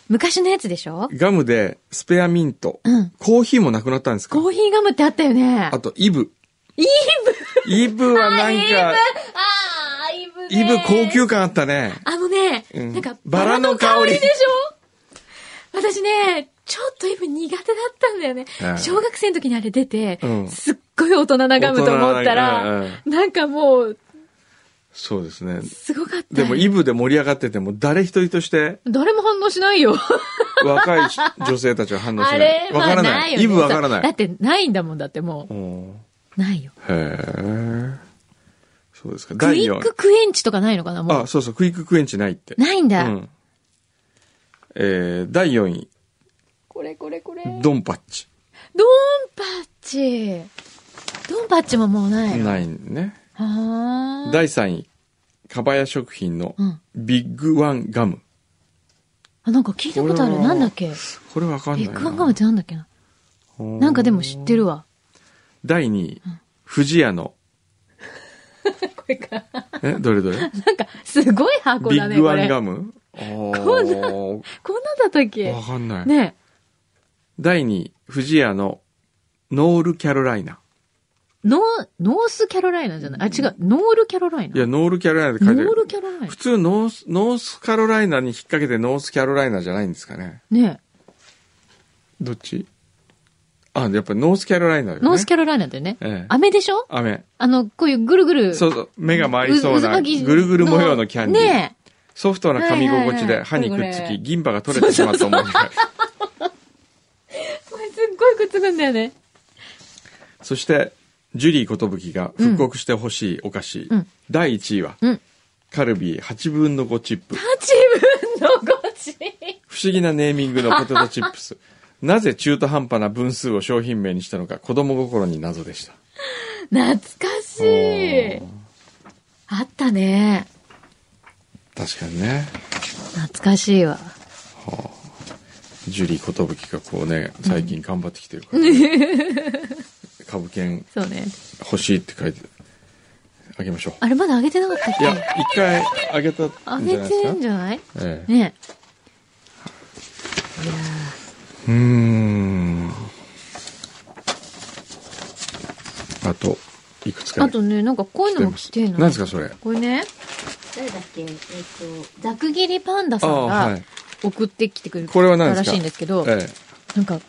Speaker 2: 昔のやつでしょ
Speaker 1: ガムでスペアミント。
Speaker 2: うん
Speaker 1: コーヒーもなくなったんですか
Speaker 2: コーヒーガムってあったよね。
Speaker 1: あと、イブ。イブイブはなんか、
Speaker 2: あー、イブね
Speaker 1: イブ高級感あったね。
Speaker 2: あのね、
Speaker 1: うん
Speaker 2: なんか、
Speaker 1: バ
Speaker 2: バ
Speaker 1: ラ
Speaker 2: ラ
Speaker 1: の
Speaker 2: の
Speaker 1: 香
Speaker 2: 香
Speaker 1: り
Speaker 2: りでしょ私ね、ちょっとイブ苦手だったんだよね
Speaker 1: うん。
Speaker 2: 小学生の時にあれ出て
Speaker 1: うん、
Speaker 2: すっごい大人なガムと思
Speaker 1: 大人な
Speaker 2: った
Speaker 1: う
Speaker 2: ら
Speaker 1: ん、
Speaker 2: なんかもう、
Speaker 1: そうですね。
Speaker 2: すごかった。
Speaker 1: でも、イブで盛り上がってても、誰一人として、
Speaker 2: 誰も反応しないよ。
Speaker 1: 若い女性たちは反応し
Speaker 2: あ
Speaker 1: ない
Speaker 2: れ。
Speaker 1: わからない。イブわから
Speaker 2: だ
Speaker 1: な
Speaker 2: っ
Speaker 1: い。
Speaker 2: てないんだもんだっても
Speaker 1: うん
Speaker 2: う。ないよ。
Speaker 1: へえ。そうですか。
Speaker 2: ク
Speaker 1: 第
Speaker 2: イ
Speaker 1: 4
Speaker 2: ッ
Speaker 1: 位
Speaker 2: ク。クエンチとかないのかなも
Speaker 1: あ、そうそう、クイッククエンチないって
Speaker 2: う。。ないん
Speaker 1: う
Speaker 2: だ。
Speaker 1: ん。えー、第4位、
Speaker 2: これこれこれ。
Speaker 1: ドンパッチ。
Speaker 2: ドンパッチ。ドンパッチももうないの。
Speaker 1: ないね。
Speaker 2: はあ。
Speaker 1: 第3位、かばや食品の
Speaker 2: うん
Speaker 1: ビッグワンガム。
Speaker 2: あ、なんか聞いたことあ
Speaker 1: こ
Speaker 2: る。
Speaker 1: れは
Speaker 2: なんだっけ
Speaker 1: これわかんない
Speaker 2: ビ
Speaker 1: な。
Speaker 2: ッグワンガムってなんだっけななんかでも知ってるわ。
Speaker 1: 第2位、富士屋の、
Speaker 2: これか。
Speaker 1: え、どれ どれ
Speaker 2: なんか、すごい箱
Speaker 1: ビ
Speaker 2: だ
Speaker 1: ッ
Speaker 2: ね、
Speaker 1: グ
Speaker 2: こ
Speaker 1: ワン
Speaker 2: れ。
Speaker 1: ガムあー
Speaker 2: ここんなんだったっけ
Speaker 1: わかんない。
Speaker 2: ね
Speaker 1: 第2位、富士屋のノールキャロライナ。
Speaker 2: ノー、ノースキャロライナじゃないあ、違う。ノールキャロライ
Speaker 1: い
Speaker 2: ナ。
Speaker 1: や、ノールキャロライナって書
Speaker 2: ノ
Speaker 1: いてあ
Speaker 2: ール
Speaker 1: る。
Speaker 2: キャロライナ
Speaker 1: 普。通ノース、ノースカロライナに引っ掛けてノースキャロライナじゃないんですかね。
Speaker 2: ね
Speaker 1: どっちあ、やっぱりノースキャロライナだよね。
Speaker 2: ノースキャロライナだよね。
Speaker 1: ええ
Speaker 2: 飴でしょ
Speaker 1: 雨。
Speaker 2: あの、こういうぐるぐる。
Speaker 1: そうそう。目が回りそうな、ぐるぐる模様のキャンディー。
Speaker 2: ねえ。
Speaker 1: ソフトな噛み心地
Speaker 2: はいはい
Speaker 1: で
Speaker 2: はい
Speaker 1: 歯にくっつ
Speaker 2: これ
Speaker 1: き、銀歯が取れてしまった思い出が。
Speaker 2: これすっごいくっつくんだよね。
Speaker 1: そして、ジュリー寿が復刻してほしいお菓子。
Speaker 2: うん
Speaker 1: 第1位は、
Speaker 2: うん
Speaker 1: カルビー8分の5チップ。
Speaker 2: 8分の5チ。
Speaker 1: 不思議なネーミングのポテ トチップス。なぜ中途半端な分数を商品名にしたのか子供心に謎でした。
Speaker 2: 懐かしい。あったね。
Speaker 1: 確かにね。
Speaker 2: 懐かしいわ。
Speaker 1: ジュリー寿がこうね、最近頑張ってきてる から、ね。株券
Speaker 2: そうね。
Speaker 1: 欲しいって書いてあげましょう。
Speaker 2: あれまだ上げてなかったっ
Speaker 1: いや、
Speaker 2: け
Speaker 1: 一回あげたんじゃな
Speaker 2: 上
Speaker 1: い
Speaker 2: げ
Speaker 1: です
Speaker 2: て
Speaker 1: か
Speaker 2: ん。じゃない
Speaker 1: ええ
Speaker 2: ね
Speaker 1: うーん。あと、いくつか。
Speaker 2: あとね、なんかこういうのも来てんの。
Speaker 1: 何ですか、それ。
Speaker 2: これね。誰だっけえっと、ざく切りパンダさん
Speaker 1: ああは
Speaker 2: が
Speaker 1: い
Speaker 2: 送ってきてくれ
Speaker 1: これは
Speaker 2: た
Speaker 1: 何で
Speaker 2: ら
Speaker 1: すから
Speaker 2: しいんですけど、
Speaker 1: ええ。
Speaker 2: なんか、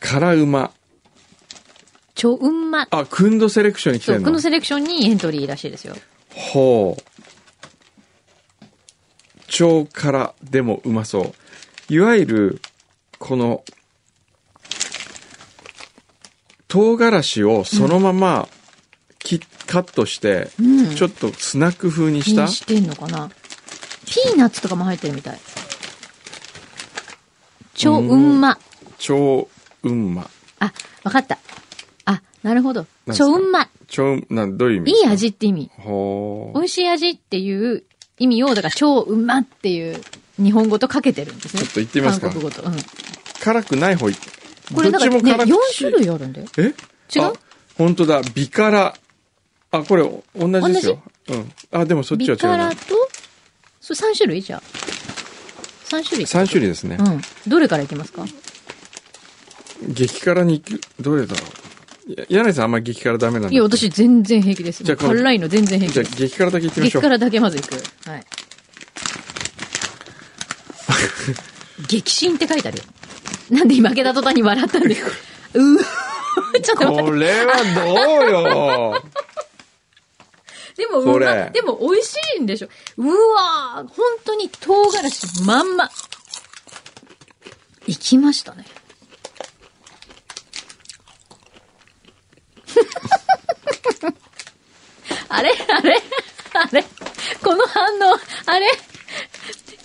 Speaker 1: 辛うま。
Speaker 2: ちょうんま。
Speaker 1: あ、くんどセレクションに来
Speaker 2: そ
Speaker 1: て
Speaker 2: う、
Speaker 1: ん
Speaker 2: こ
Speaker 1: の
Speaker 2: のセレクションにエントリーらしいですよ。
Speaker 1: ほう。超辛でもうまそう。いわゆる、この、唐辛子をそのまま、きカットして、
Speaker 2: うん
Speaker 1: ちょっとスナック風にした、
Speaker 2: にしてんのかなピーナッツとかも入ってるみたい。ちょうんま。
Speaker 1: 超うんま。
Speaker 2: あ、わかった。あ、なるほど。
Speaker 1: か
Speaker 2: ちょうんま。
Speaker 1: 超うん、なん、どういう意味
Speaker 2: い
Speaker 1: です
Speaker 2: い
Speaker 1: か
Speaker 2: 味って意味。
Speaker 1: ほ
Speaker 2: 美味しい味っていう意味を、だから超うんまっていう日本語とかけてるんですね。
Speaker 1: ちょっと言ってみますか
Speaker 2: 韓国語と。うん。
Speaker 1: う。辛くない方い
Speaker 2: これ
Speaker 1: ど
Speaker 2: だ
Speaker 1: っ
Speaker 2: か
Speaker 1: ち
Speaker 2: ら
Speaker 1: も
Speaker 2: ね、
Speaker 1: 辛く
Speaker 2: 4
Speaker 1: し
Speaker 2: 種類あるんだよ。
Speaker 1: え
Speaker 2: 違う
Speaker 1: あ本当だ。美辛。あ、これ、同じですよ。うん。あ、でもそっ
Speaker 2: ビ
Speaker 1: ちは違
Speaker 2: カ
Speaker 1: うな
Speaker 2: ラ。と、そう3種類じゃあ。3種類。
Speaker 1: 3種類ですね。
Speaker 2: うん。どれからいきますか
Speaker 1: 激辛に行く、どれだろう。や柳井さんあんまり激辛ダメなんで。
Speaker 2: いや、私全然平気です。
Speaker 1: じゃあこの
Speaker 2: 辛いの全然平気
Speaker 1: じゃ
Speaker 2: で
Speaker 1: あ
Speaker 2: す。
Speaker 1: 激辛だけ行ってみましょ
Speaker 2: 激
Speaker 1: う。
Speaker 2: 辛だけまずいく。はい。激震って書いてあるよ。なんで今負けた途端に笑ったんですかうーちょっと待っ
Speaker 1: これはどうよ
Speaker 2: て。でも、う
Speaker 1: これ
Speaker 2: ま、でも美味しいんでしょ。うわー、本当に唐辛子まんま。 いきましたね。あれ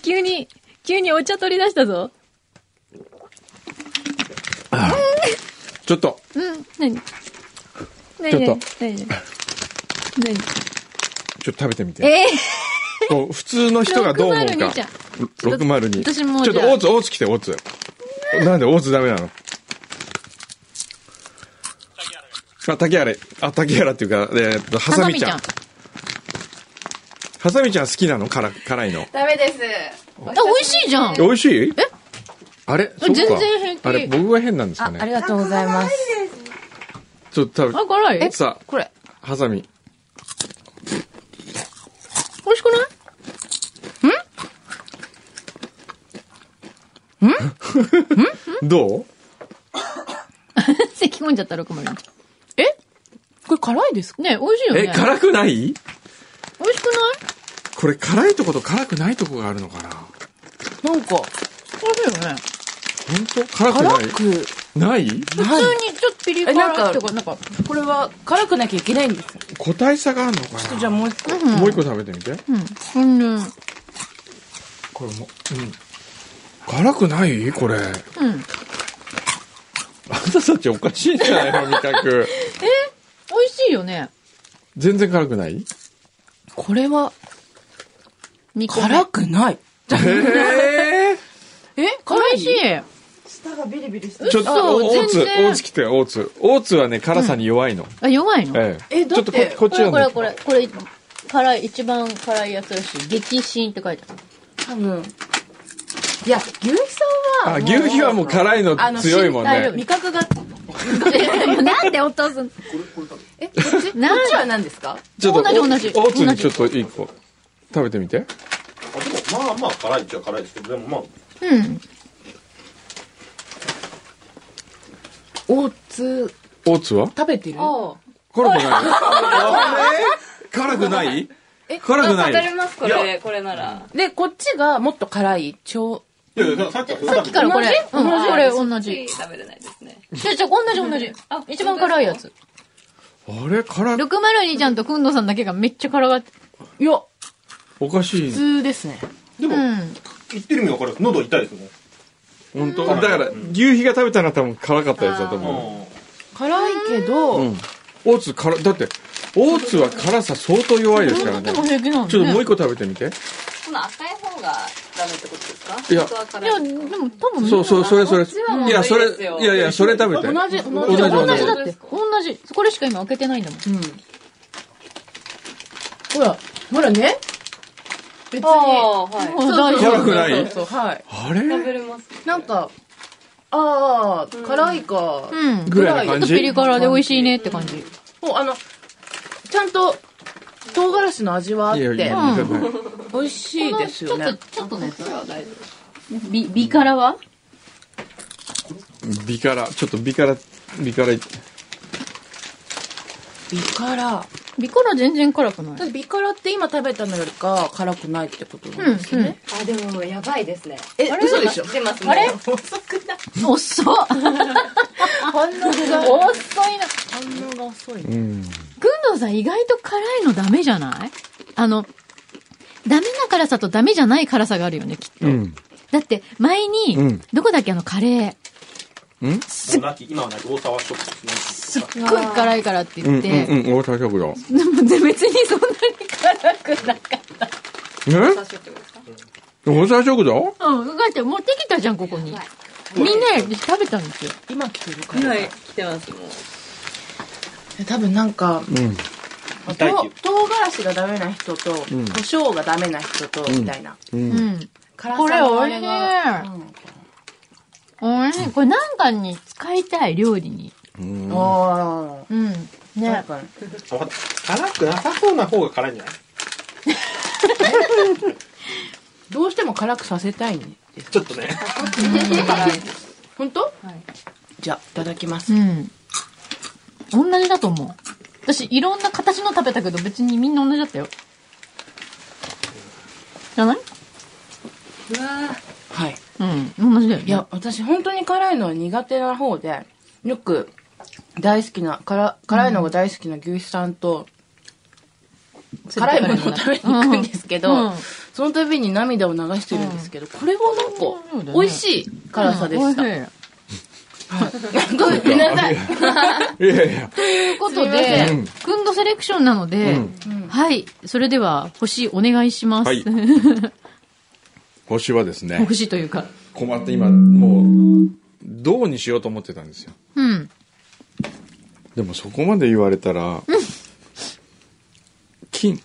Speaker 2: 急に、急にお茶取り出したぞ。
Speaker 1: ちょっと、
Speaker 2: うん、何何
Speaker 1: ちょっ
Speaker 2: 何
Speaker 1: と
Speaker 2: 何何何
Speaker 1: ちょっと食べてみて。
Speaker 2: え
Speaker 1: こう普通の人がどう思う
Speaker 2: 602
Speaker 1: か
Speaker 2: じゃん。
Speaker 1: 602。
Speaker 2: 私もう
Speaker 1: ちょっ
Speaker 2: じゃ
Speaker 1: と、大
Speaker 2: あ
Speaker 1: 津、大津来て、大津。なんで大津ダメなのあ、竹原。あ、竹原っていうか、えーっと、ハサミちゃん。ハサミちゃん好きなの辛辛いの。
Speaker 4: ダメです。
Speaker 2: あ、美味しいじゃん。
Speaker 1: 美味しいえあれそっか
Speaker 2: 全然平気
Speaker 1: あれ、僕が変なんですか
Speaker 4: ああ
Speaker 1: ね
Speaker 4: りがとうございます。
Speaker 1: ちょっと
Speaker 2: あ、
Speaker 1: 食
Speaker 2: 辛い
Speaker 1: べ、
Speaker 2: え、
Speaker 1: さ
Speaker 2: これ。
Speaker 1: あ、ハサミ。
Speaker 2: 美味しくない
Speaker 1: どう
Speaker 2: 咳込んじゃった、602ちゃん。
Speaker 4: これ辛いですか
Speaker 2: ね美味しいよね。
Speaker 1: え、辛くない
Speaker 2: 美味しくない
Speaker 1: これ辛いとこと辛くないとこがあるのかな
Speaker 4: なんか、
Speaker 2: 美味しいよね。
Speaker 1: 本当辛く
Speaker 4: 辛く、
Speaker 1: ないない
Speaker 2: 普通にちょっとピリ辛
Speaker 4: えなんか
Speaker 2: っていうか、なんか、
Speaker 4: これは辛くなきゃいけないんですよ。
Speaker 1: 個体差があるのかな
Speaker 4: じゃあもう一個。
Speaker 1: もう一個食べてみて。
Speaker 2: うん、うん。
Speaker 1: これも、うん。辛くないこれ。あんたたちおかしいんじゃないの味覚。
Speaker 2: 美味しいよね。
Speaker 1: 全然辛くない
Speaker 4: これは
Speaker 2: 2個目
Speaker 4: 辛くない。
Speaker 1: ええ
Speaker 4: え
Speaker 2: 美味しい。
Speaker 4: 舌がビリビリして
Speaker 1: ー、ちょっと、お大津、
Speaker 2: 全然
Speaker 1: 大津来て、大津。大津はね、辛さに弱いの。
Speaker 2: あ、弱いの
Speaker 1: ええ
Speaker 4: えだって
Speaker 1: ちょっとここっちは
Speaker 2: これこ
Speaker 1: ね、
Speaker 2: れ、これ、これ、辛い、一番辛いやつらしい。激辛って書いてある。
Speaker 4: 多分。いや、牛皮さんは。
Speaker 1: あ、牛皮はもう辛いの
Speaker 4: あの
Speaker 1: 強いもん
Speaker 4: 身体の味
Speaker 1: ね。
Speaker 4: 覚が。
Speaker 2: なんで落とすの
Speaker 4: え、こっちこっ
Speaker 2: なん
Speaker 4: ちは何ですか
Speaker 1: ちょっと、
Speaker 2: 同じ同
Speaker 1: 大
Speaker 2: じ
Speaker 1: 津にちょっと一個。食べてみて。
Speaker 5: あでもまあまあ辛いっちゃ辛いですけどでもまあ
Speaker 2: うん。
Speaker 4: 大津、
Speaker 1: 大津は
Speaker 4: 食べてる
Speaker 6: あ
Speaker 1: 辛くない。あれ辛くない辛くな
Speaker 6: わ
Speaker 1: い。
Speaker 6: かりますこ
Speaker 5: い
Speaker 6: れこれなら
Speaker 4: で、こっちがもっと辛い。超、
Speaker 5: いやいやさっき
Speaker 2: さっきからこれ、
Speaker 4: 同じ
Speaker 2: うん
Speaker 4: 同じ
Speaker 2: これ同
Speaker 6: い
Speaker 2: じ
Speaker 6: い。食べれないですね
Speaker 2: じゃじゃ同じ同じ。あ、一番辛いやつ。
Speaker 1: あれ辛く、
Speaker 2: 602ちゃんとくんどさんだけがめっちゃ辛がって。
Speaker 4: いや、
Speaker 1: おかしい。
Speaker 4: 普通ですね。
Speaker 5: でも
Speaker 2: うん。
Speaker 5: 言ってる意味わかります喉痛いですよね
Speaker 1: 本当だから、牛皮が食べたのは多分辛かったやつだと思う。
Speaker 4: 辛いけど、
Speaker 1: うん。オーツ辛、だって、オーツは辛さ相当弱いですからね。
Speaker 2: でも平気なのね。
Speaker 1: ちょっともう一個食べてみて。
Speaker 6: この赤い方がダメってことですか
Speaker 1: いや
Speaker 6: 本当は辛
Speaker 2: いや、
Speaker 6: い
Speaker 2: でも多分
Speaker 1: そうそう、それそれ
Speaker 6: こっちは。もう
Speaker 1: い
Speaker 6: いい
Speaker 1: や、
Speaker 6: です
Speaker 1: そ
Speaker 6: よ
Speaker 1: れ、いやいや、それ食べて。
Speaker 4: 同じ、同
Speaker 1: 同
Speaker 4: じ。
Speaker 1: じ
Speaker 2: 同じだ
Speaker 1: 同
Speaker 2: って。同じ。これしか今開けてないんだもん。
Speaker 4: うん。ほら、ほらね。別に。
Speaker 6: ああはい
Speaker 2: もう
Speaker 4: そう
Speaker 2: 大
Speaker 4: そう
Speaker 2: 丈
Speaker 1: 辛くない
Speaker 4: そうそうそうはい。
Speaker 1: あれ
Speaker 6: 食べれます
Speaker 4: なんか、ああ、辛いか
Speaker 2: 夫。。うん。
Speaker 1: ぐらいな
Speaker 2: ちょ
Speaker 1: 感
Speaker 2: っと
Speaker 1: じ
Speaker 2: ピリ辛で美味しいねって感じ。
Speaker 4: もうあの、ちゃんと、唐辛子の味はあっ
Speaker 1: いや
Speaker 4: て、
Speaker 1: いや、見たくない
Speaker 4: 美味しいですよ
Speaker 2: ちょっ
Speaker 4: ね
Speaker 2: と、。ちょっとね。ビ、ビ辛は
Speaker 1: 美辛、ちょっと美辛、美辛い。
Speaker 4: ビカラ。だ
Speaker 2: ビ辛全然辛くない。
Speaker 4: ってビカラって今食べたのよりか辛くないってことなん
Speaker 2: うん、う
Speaker 4: ですよね。
Speaker 2: ん。
Speaker 6: あでもやばいですね
Speaker 4: え、嘘でしょ
Speaker 6: 出ます
Speaker 2: あれ
Speaker 6: もう遅くない
Speaker 2: 遅っ
Speaker 4: 反応が、
Speaker 2: 遅いな。
Speaker 4: 反応が遅いね。
Speaker 1: うん。
Speaker 2: くんどうさん意外と辛いのダメじゃないあの、ダメな辛さとダメじゃない辛さがあるよね、きっと。
Speaker 1: うん。
Speaker 2: だって、前に、
Speaker 1: うん
Speaker 2: どこだっけあのカレー、
Speaker 5: もうなき今はなき大沢ショックです
Speaker 2: すっ
Speaker 5: ね
Speaker 2: ごい辛いからって
Speaker 1: う
Speaker 2: 言
Speaker 1: ん。
Speaker 2: って、
Speaker 1: うん。うん。大沢食堂。
Speaker 2: でも 別にそんなに辛くなかっ
Speaker 1: え大沢食堂
Speaker 2: た。うん、だって持ってきたじゃん、ここに。みんなで食べたんですよ。
Speaker 4: 今来てるから。
Speaker 6: はい来てますもう
Speaker 4: え多分なんか、
Speaker 1: うん。
Speaker 4: と
Speaker 5: 痛いっていう
Speaker 4: 唐辛子がダメな人と、胡
Speaker 1: ん
Speaker 4: 椒がダメな人と、みたいな。
Speaker 1: うん
Speaker 2: うん。
Speaker 4: 辛
Speaker 2: これ
Speaker 4: さのあ
Speaker 2: 美
Speaker 4: れ
Speaker 2: 味し
Speaker 4: が。
Speaker 2: い。おいしい。これなんかに使いたい、料理に。
Speaker 4: うん
Speaker 2: う
Speaker 4: あ
Speaker 2: ん。
Speaker 4: あ。な
Speaker 2: ね
Speaker 4: ん。か、
Speaker 5: わかった辛くなさそうな方が辛いんじゃない
Speaker 4: どうしても辛くさせたいんです。
Speaker 5: ちょっとね
Speaker 4: 本当
Speaker 2: はい
Speaker 4: じゃあ、いただきます
Speaker 2: う。ん。同じだと思う。私、いろんな形の食べたけど、別にみんな同じだったよ。じゃないう
Speaker 6: わ
Speaker 4: はい。
Speaker 2: うん。同じだよね。
Speaker 4: いや、私本当に辛いのは苦手な方で、よく大好きな、辛辛いのが大好きな牛肥さんと、辛いものを食べに行くんですけど、
Speaker 2: うんうん
Speaker 4: その度に涙を流してるんですけど、これはなんか、美味しい辛さでした。
Speaker 2: 美味しい
Speaker 4: ごめんなさい。
Speaker 1: いやいや、
Speaker 2: ということ
Speaker 4: すいま
Speaker 2: で
Speaker 4: せ
Speaker 1: ん、
Speaker 2: くんどセレクションなので、はい、それでは、星お願いします。
Speaker 1: はい星はですね、
Speaker 2: 星というか。
Speaker 1: 困って今、もう、どうにしようと思ってたんですよ。
Speaker 2: うん。
Speaker 1: でもそこまで言われたら、金。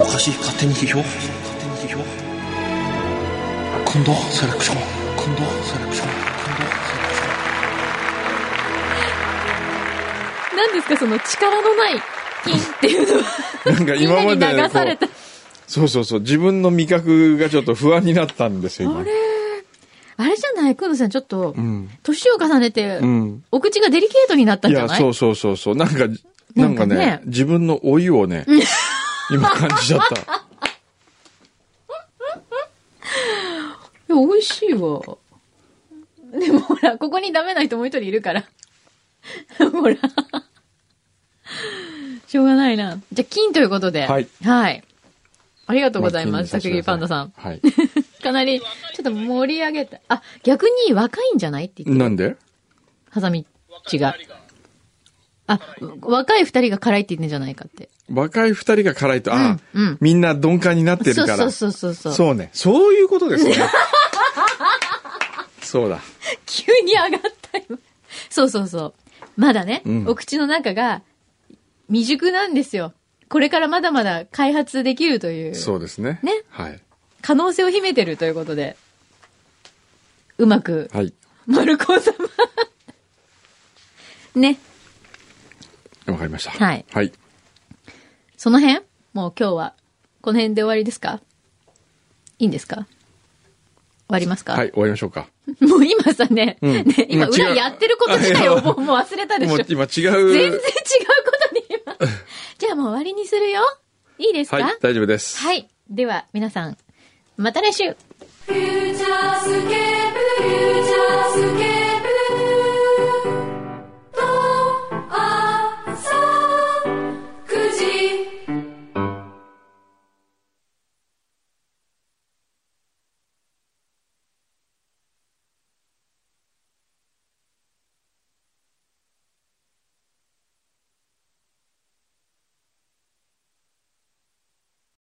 Speaker 7: おかしい勝手に批評勝手に批評今度セレクション今度セレクション今度セレクション
Speaker 8: 何ですか、その力のない金っていうのは。
Speaker 1: なんか
Speaker 8: みん
Speaker 1: 今
Speaker 8: な
Speaker 1: ま
Speaker 8: に
Speaker 1: で、
Speaker 8: 流
Speaker 1: こ
Speaker 8: され
Speaker 1: う
Speaker 8: た。
Speaker 1: そうそうそう、自分の味覚がちょっと不安になったんですよ、今。
Speaker 2: あれじゃないくんどさん、ちょっと
Speaker 1: う、ん。
Speaker 2: 年を重ねて
Speaker 1: う、ん。
Speaker 2: お口がデリケートになったん
Speaker 1: い
Speaker 2: じゃ
Speaker 1: や、
Speaker 2: ない
Speaker 1: そうそうそうそう。なんか、なんかね、
Speaker 2: なんかね
Speaker 1: 自分の老いをね、今感じちゃった。
Speaker 2: いや美味しいわ。
Speaker 8: でもほら、ここにダメな人もう一人いる から。ほら。
Speaker 2: しょうがないな。じゃあ、金ということで。
Speaker 1: はい。
Speaker 2: はい。あり がとうございます。
Speaker 1: あ
Speaker 2: 高
Speaker 1: 金に
Speaker 2: 木
Speaker 1: させて
Speaker 2: パン
Speaker 1: くだ
Speaker 2: ダさん。
Speaker 1: さい。はい。
Speaker 2: かなり、ちょっと盛り上げた。あ、逆に若いんじゃないって言って、
Speaker 1: なんで
Speaker 2: ハサミチが。あ、若い二人が辛いって言ってんじゃないかって。
Speaker 1: 若い二人が辛いと、あ、
Speaker 2: うんうん
Speaker 1: みんな鈍感になってる
Speaker 2: そう
Speaker 1: から。
Speaker 2: そうそうそうそう。
Speaker 1: そうね。そういうことですね。 そうだ。
Speaker 2: 急に上がったよ。そうそうそう。まだね、
Speaker 1: うん
Speaker 2: お口の中が未熟なんですよ。これからまだまだ開発できるという、
Speaker 1: そうですね。
Speaker 2: ね
Speaker 1: はい。
Speaker 2: 可能性を秘めてるということで、うまく、
Speaker 1: はい。
Speaker 2: 丸子様。 ね、
Speaker 1: わかりました。
Speaker 2: はい
Speaker 1: はい。
Speaker 2: その辺もう今日は、この辺で終わりですかいいんですか終わりますか、
Speaker 1: はい、終わりましょうか。
Speaker 2: もう今さね、
Speaker 1: うん
Speaker 2: ね今
Speaker 1: もう違う
Speaker 2: 裏やってること自体
Speaker 1: あ
Speaker 2: を
Speaker 1: いや
Speaker 2: もうもう忘れたでし
Speaker 1: も
Speaker 2: ょ
Speaker 1: う。今
Speaker 2: 全然違
Speaker 1: 違
Speaker 2: う
Speaker 1: う。
Speaker 2: ことに今。 じゃあもう終わりにするよ。いいですか
Speaker 1: はい、大丈夫です。
Speaker 2: はい。では皆さん、また来週
Speaker 6: 「フューチャースケープ」